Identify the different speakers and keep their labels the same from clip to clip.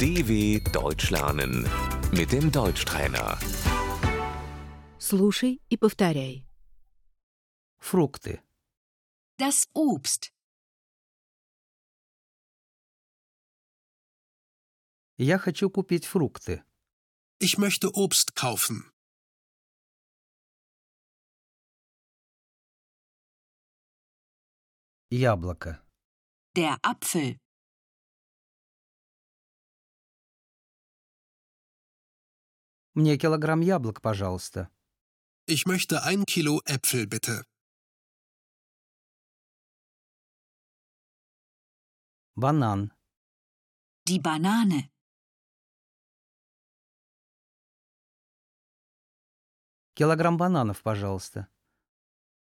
Speaker 1: DW Deutsch lernen mit dem Deutschtrainer.
Speaker 2: Слушай и повторяй.
Speaker 3: Фрукты.
Speaker 4: Das Obst,
Speaker 3: Я хочу купить фрукты.
Speaker 5: Ich möchte Obst kaufen.
Speaker 3: Яблоко.
Speaker 4: der Apfel,
Speaker 3: Мне килограмм яблок, пожалуйста.
Speaker 5: Ich möchte ein Kilo Äpfel bitte.
Speaker 3: Банан.
Speaker 4: die Banane,
Speaker 3: Килограмм бананов, пожалуйста.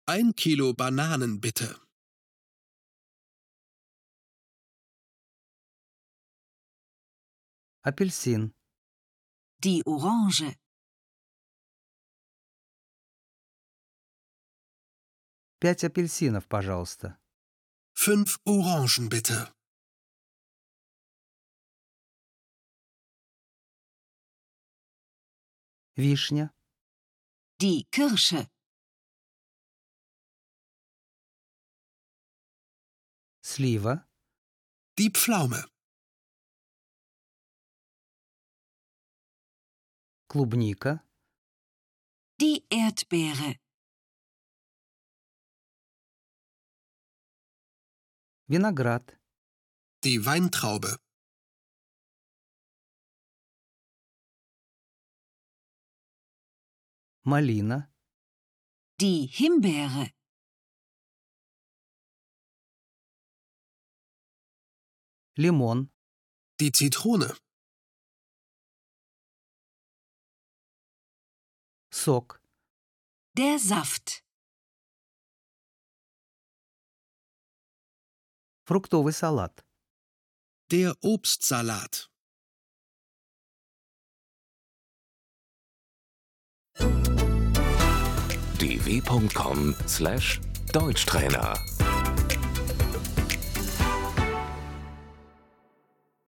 Speaker 5: Ein Kilo Bananen bitte.
Speaker 3: Апельсин.
Speaker 4: die Orange,
Speaker 3: Пять апельсинов, пожалуйста.
Speaker 5: Fünf Orangen bitte.
Speaker 3: Вишня.
Speaker 4: die Kirsche,
Speaker 3: Слива.
Speaker 5: Die Pflaume.
Speaker 3: Клубника.
Speaker 4: die Erdbeere,
Speaker 3: Виноград.
Speaker 5: Die Weintraube.
Speaker 3: Малина.
Speaker 4: die Himbeere,
Speaker 3: Лимон.
Speaker 5: Die Zitrone.
Speaker 3: Сок.
Speaker 4: der Saft,
Speaker 3: Фруктовый салат.
Speaker 5: Der Obstsalat.
Speaker 1: dw.com/deutschtrainer